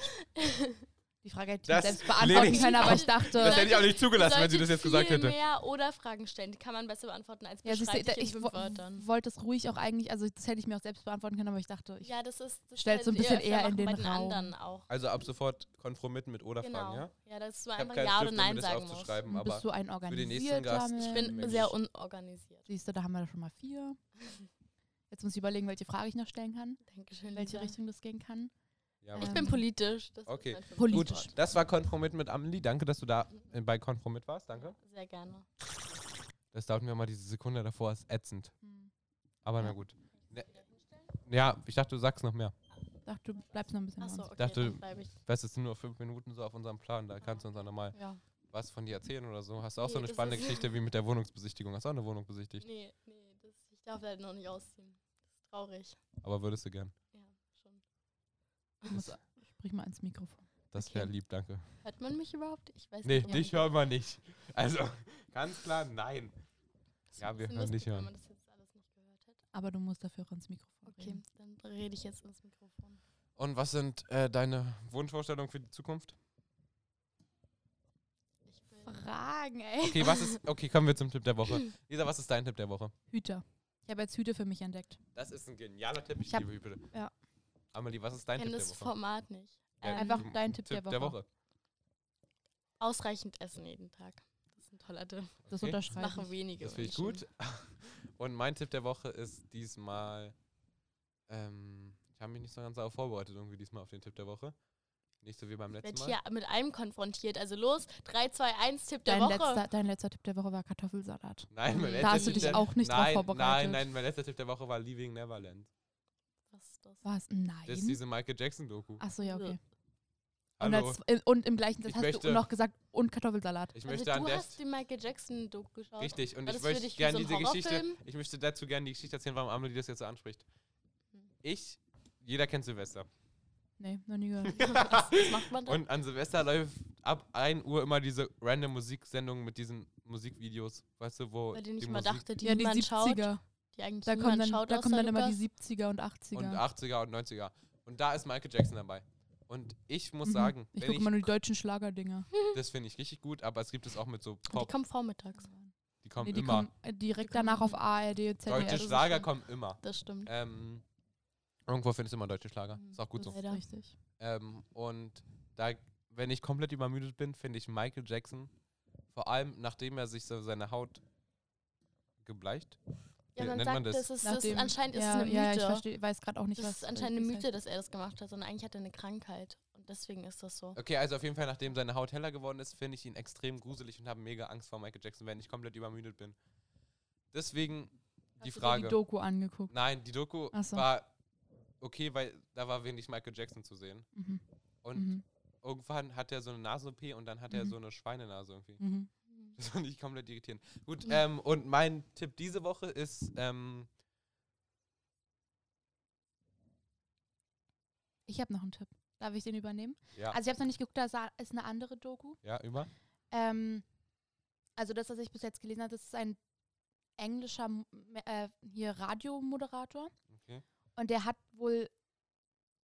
Die Frage hätte ich Das mir selbst beantworten lehne ich können, aber ab. ich dachte. das hätte ich auch nicht zugelassen, wenn sie Solltet das jetzt gesagt viel hätte. mehr oder Fragen stellen. Die kann man besser beantworten als Ja, siehst du, beschreibt da- sich in ich fünf wo- Wörtern. wollte es ruhig auch eigentlich, also das hätte ich mir auch selbst beantworten können, aber ich dachte, ich Ja, das ist. Das Stellt so ein solltet bisschen ihr öfter eher in machen bei den den Raum. anderen auch. Also ab sofort konformieren mit oder Genau. fragen, ja? Ja, dass du Ich habe einfach keinen Ja oder Stift, um Nein das sagen musst. aufzuschreiben, aber bist du ein für den nächsten organisierter Gast- Ich Mensch? bin Mensch. sehr unorganisiert. Siehst du, da haben wir schon mal vier. Jetzt muss ich überlegen, welche Frage ich noch stellen kann, Dankeschön. in welche Lisa. Richtung das gehen kann. ja Ich was- Ich bin Ähm, politisch. Das ist halt okay. mein fünftes Gut, Politisch. Wort. das war Konformit mit Amelie. Danke, dass du da äh, bei Konformit warst. Danke. Sehr gerne. Genau. Das dauert mir mal diese Sekunde davor, ist ätzend. Hm. Aber na gut. Ne- Ja, ich dachte, du sagst noch mehr. Ich dachte, du bleibst noch ein bisschen bei Achso, uns. okay, dachte- dann bleib ich. Weißt du, es sind nur fünf Minuten so auf unserem Plan. Da kannst du uns auch nochmal Ja. was von dir erzählen oder so. Hast du auch so Nee, eine das spannende ist- Geschichte wie mit der Wohnungsbesichtigung? Hast du auch eine Wohnung besichtigt? Nee, nee, das, ich darf leider noch nicht ausziehen. Das ist traurig. Aber würdest du gern. Ja, schon. Ich muss- Sprich mal ins Mikrofon. Das wäre Okay. lieb, danke. Hört man mich überhaupt? Ich weiß Nee, nicht. dich hören wir nicht. Also, ganz klar, nein. Das Ja, ist wir ein bisschen hören dich lustig, wenn hören. man das jetzt alles nicht gehört hat. Aber du musst dafür auch ins Mikrofon Okay, reden. dann rede ich jetzt ins Mikrofon. Und was sind äh, deine Wunschvorstellungen für die Zukunft? Ich will Fragen, ey. Okay, was ist. Okay, kommen wir zum Tipp der Woche. Lisa, was ist dein Tipp der Woche? Hüter. Ich habe jetzt Hüte für mich entdeckt. Das ist ein genialer Tipp. Ich Ich hab- liebe Hybrid. ja. Amelie, was ist dein kenne Tipp der das Woche? Format nicht. Ja, Ähm, äh, Einfach Tipp- dein Tipp, der Woche. ausreichend essen jeden Tag. Das ist ein toller Tipp. Das Okay. Das unterschreibe ich. machen wenige Das finde ich Menschen. gut. Und mein Tipp der Woche ist diesmal. Ähm, ich habe mich nicht so ganz darauf vorbereitet, irgendwie diesmal auf den Tipp der Woche. Nicht so wie beim Ich werd letzten Mal. hier mit einem konfrontiert. Also los, 3, 2, 1, Tipp der Dein, Woche. letzter, dein letzter Tipp der Woche war Kartoffelsalat. Nein, mein Da letzter hast du Tipp dich der- auch nicht drauf nein, Nein, vorbereitet. nein, mein letzter Tipp der Woche war Leaving Neverland. Was ist das? Was? Das ist Nein. diese Michael Jackson-Doku. Achso, ja, okay. Und, Hallo. als, äh, und im gleichen Satz Ich hast möchte- du noch gesagt, und Kartoffelsalat. Ich Also möchte an du der hast die Michael Jackson Doku geschaut. Richtig, und War ich das für möchte dich wie gerne so ein diese Geschichte, Horrorfilm? ich möchte dazu gerne die Geschichte erzählen, warum Amelie das jetzt so anspricht. Hm. Ich, jeder kennt Silvester. Nee, noch nie gehört. Was, was macht man da? Und an Silvester läuft ab 1 Uhr immer diese random Musiksendung mit diesen Musikvideos, weißt du, wo Bei denen ich die immer Musik dachte, die ja, die niemand schaut. 70er. Die eigentlich Da kommen niemand dann, schaut da kommen außer dann immer Lukas. die 70er und 80er. und 80er und 90er. Und da ist Michael Jackson dabei. Und ich muss Mhm. sagen, wenn ich gucke ich, immer nur die deutschen Schlagerdinger. das finde ich richtig gut, aber es gibt es auch mit so Und Pop, Die kommen vormittags. die kommen Nee, die immer. kommen also äh, direkt Die kommen- danach auf ARD, Deutsche das ZDF. ist Schlager schön. kommen immer. Das stimmt. Ähm, irgendwo findest du immer deutsche Schlager. Ist auch gut so. Hm. Das- Leider. Richtig. Ähm, und da, wenn ich komplett übermüdet bin, finde ich Michael Jackson, vor allem nachdem er sich so seine Haut gebleicht. Ja, Wie man nennt sagt, man das? das ist, das Nachdem- anscheinend ist es ja, eine Mythe. Ja, ich verstehe, weiß gerade auch nicht, das was. ist anscheinend eine das heißt. Mythe, dass er das gemacht hat, sondern eigentlich hat er eine Krankheit. Und deswegen ist das so. Okay, also auf jeden Fall, nachdem seine Haut heller geworden ist, finde ich ihn extrem gruselig und habe mega Angst vor Michael Jackson, wenn ich komplett übermüdet bin. Deswegen die Hast du dir Frage. die Doku angeguckt. Nein, die Doku Ach so. war okay, weil da war wenig Michael Jackson zu sehen. Mhm. Und Mhm. irgendwann hat er so eine Nasen-OP und dann hat er Mhm. so eine Schweinenase irgendwie. Mhm. Das fand ich komplett irritierend. Gut, Mhm. ähm, und mein Tipp diese Woche ist, ähm, Ich habe noch einen Tipp. Darf ich den übernehmen? ja, Also ich habe es noch nicht geguckt, da sa- ist eine andere Doku. ja, über. Ähm, also das, was ich bis jetzt gelesen habe, das ist ein englischer M- äh, hier Radiomoderator. Okay. Und der hat wohl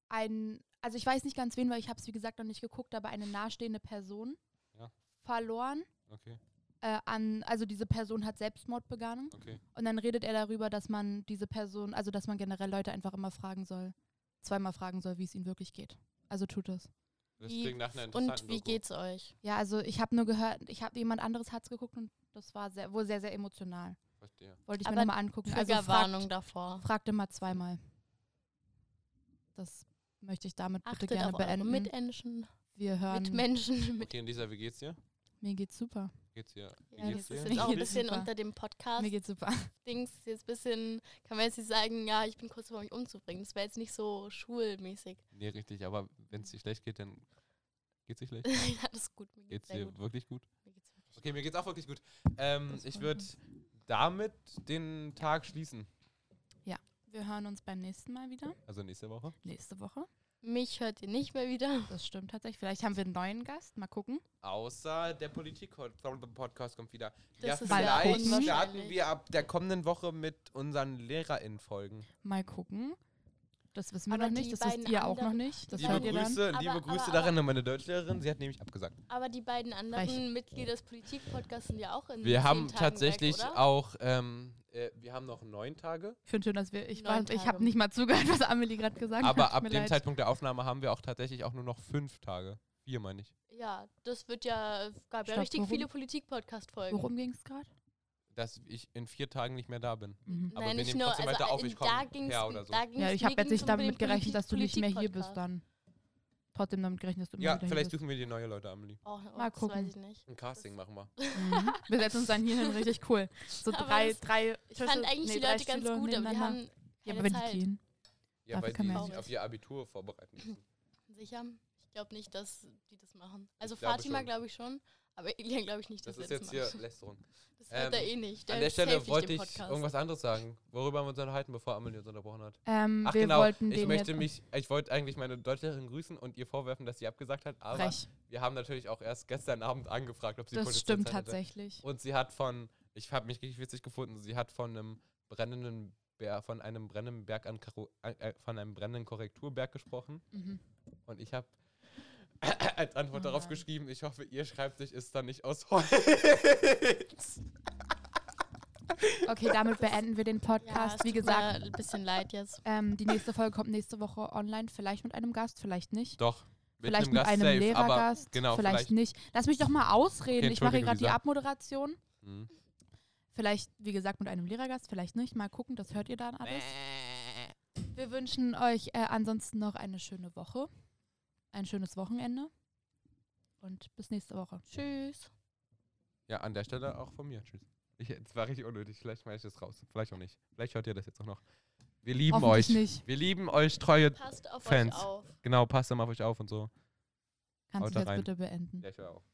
ein, also ich weiß nicht ganz wen, weil ich habe es wie gesagt noch nicht geguckt, aber eine nahestehende Person Ja. verloren. Okay, Äh, an, also diese Person hat Selbstmord begangen. okay. Und dann redet er darüber, dass man diese Person, also dass man generell Leute einfach immer fragen soll, zweimal fragen soll, wie es ihnen wirklich geht. Also tut es. Das Wie- klingt nach einer interessanten Und wie Doku. geht's euch? Ja, also ich habe nur gehört, ich habe jemand anderes hat's geguckt und das war sehr, wohl sehr, sehr emotional. Verstehe. Wollte ich Aber mir nochmal angucken. Also Triggerwarnung fragt, davor. fragt immer zweimal. Das möchte ich damit bitte Achtet gerne auf eure beenden. Mitmenschen. Wir hören. Mitmenschen. Mit Okay, und Lisa, wie geht's dir? Mir geht's super. Geht's dir? Wie ja, geht's das ist dir? nämlich Auch ein bisschen super. unter dem Podcast. Mir geht's super. Dings jetzt ein bisschen, kann man jetzt nicht sagen, ja, ich bin kurz vor mich umzubringen. Das wäre jetzt nicht so schulmäßig. Nee, richtig, aber wenn es dir schlecht geht, dann geht's dir schlecht. ja, das ist gut. Mir geht's Geht's sehr dir gut. wirklich gut? Mir geht's wirklich Okay, mir geht's auch wirklich gut. Ähm, Das ich freut würde damit den Tag schließen. Wir hören uns beim nächsten Mal wieder. Also nächste Woche. Nächste Woche. gut. Mich hört ihr nicht mehr wieder. Das stimmt tatsächlich. Vielleicht haben wir einen neuen Gast. Mal gucken. Außer der Politik-Podcast kommt wieder. Das ja, ist sehr vielleicht unwahrscheinlich. starten wir ab der kommenden Woche mit unseren LehrerInnen-Folgen. Mal gucken. Das wissen wir Aber noch nicht. die Das beiden wisst ihr auch noch anderen- nicht. Das Liebe hört ihr dann. Hm, Grüße, Aber- liebe Grüße aber- daran an meine Deutschlehrerin. Sie hat nämlich abgesagt. Aber die beiden anderen Frech. Mitglieder des Politik-Podcasts sind ja auch in Wir zehn haben Tagen tatsächlich Weg, oder? auch, ähm, äh, wir haben noch neun Tage, Ich finde schön, dass wir. Ich, Neun war- ich Tage. habe nicht mal zugehört, was Amelie gerade gesagt hat. aber Tut ab mir dem leid. Zeitpunkt der Aufnahme haben wir auch tatsächlich auch nur noch fünf Tage. Vier meine ich. Ja, das wird ja, gab ja Stopp, richtig worum- viele Politik-Podcast-Folgen. Worum ging es gerade? Dass ich in vier Tagen nicht mehr da bin. Mhm. Aber wir nehmen trotzdem weiter auf, ich komm also, da ging's, her oder so. da ging's Ja, ich habe jetzt nirgends nicht um damit den Politik- gerechnet, dass du nicht mehr hier bist Politik-Podcast. dann. Trotzdem damit gerechnet, dass du immer Ja, wieder vielleicht hier bist. suchen wir dir neue Leute, Amelie. Oh, oh, Mal das gucken. weiß ich nicht. Ein Casting machen wir. Mhm. Wir setzen uns dann hier hin, richtig cool. So Aber drei, das- drei Ich Tische, fand eigentlich nee, die drei Leute ganz Stühle gut, aber die nebeneinander. haben halt- Ja, keine aber wenn Zeit. die gehen. Ja, Dafür weil kann die man sich ja- auf ihr Abitur vorbereiten müssen. Sicher? Ich glaube nicht, dass die das machen. Also glaube Fatima schon. glaube ich schon, Aber Elian glaube ich nicht, Das dass ist er jetzt das hier macht. Lästerung. Das wird Ähm, er eh nicht. An der hört safe Stelle nicht wollte den ich Podcast. irgendwas anderes sagen, worüber wir uns unterhalten, bevor Amelie uns unterbrochen hat. Ähm, Ach wir genau, wollten ich den möchte jetzt mich, ich wollte eigentlich meine Deutschlehrerin grüßen und ihr vorwerfen, dass sie abgesagt hat, aber frech. wir haben natürlich auch erst gestern Abend angefragt, ob sie Das potenziell stimmt Zeit hätte. tatsächlich. Und sie hat von, ich habe mich richtig witzig gefunden, sie hat von einem brennenden Ber- von einem brennenden Berg an Karo, äh, von einem brennenden Korrekturberg gesprochen Mhm. und ich habe als Antwort Oh darauf nein. geschrieben, ich hoffe, ihr Schreibtisch ist dann nicht aus Holz. Okay, damit beenden wir den Ja, Podcast. es Wie tut gesagt, mir ein bisschen leid jetzt. ähm, die nächste Folge kommt nächste Woche online. Vielleicht mit einem Gast, vielleicht nicht. Doch, mit Vielleicht mit Gast einem safe, aber Lehrergast, genau, vielleicht, nicht. Lass mich doch mal ausreden. Okay, ich mache hier entschuldige, gerade die Lisa. Abmoderation. Mhm. Vielleicht, wie gesagt, mit einem Lehrergast, vielleicht nicht. Mal gucken, das hört ihr dann alles. Wir wünschen euch äh, ansonsten noch eine schöne Woche, ein schönes Wochenende und bis nächste Woche. Tschüss. Ja, an der Stelle auch von mir. Tschüss. Ich, das war richtig unnötig. Vielleicht schmeiß ich das raus. Vielleicht auch nicht. Vielleicht hört ihr das jetzt auch noch. Wir lieben Hoffentlich euch. nicht. Wir lieben euch, treue. Passt auf Fans. euch auf. Genau, passt immer auf euch auf und so. Kannst Haut du da das rein. bitte beenden? Ja, ich höre auf.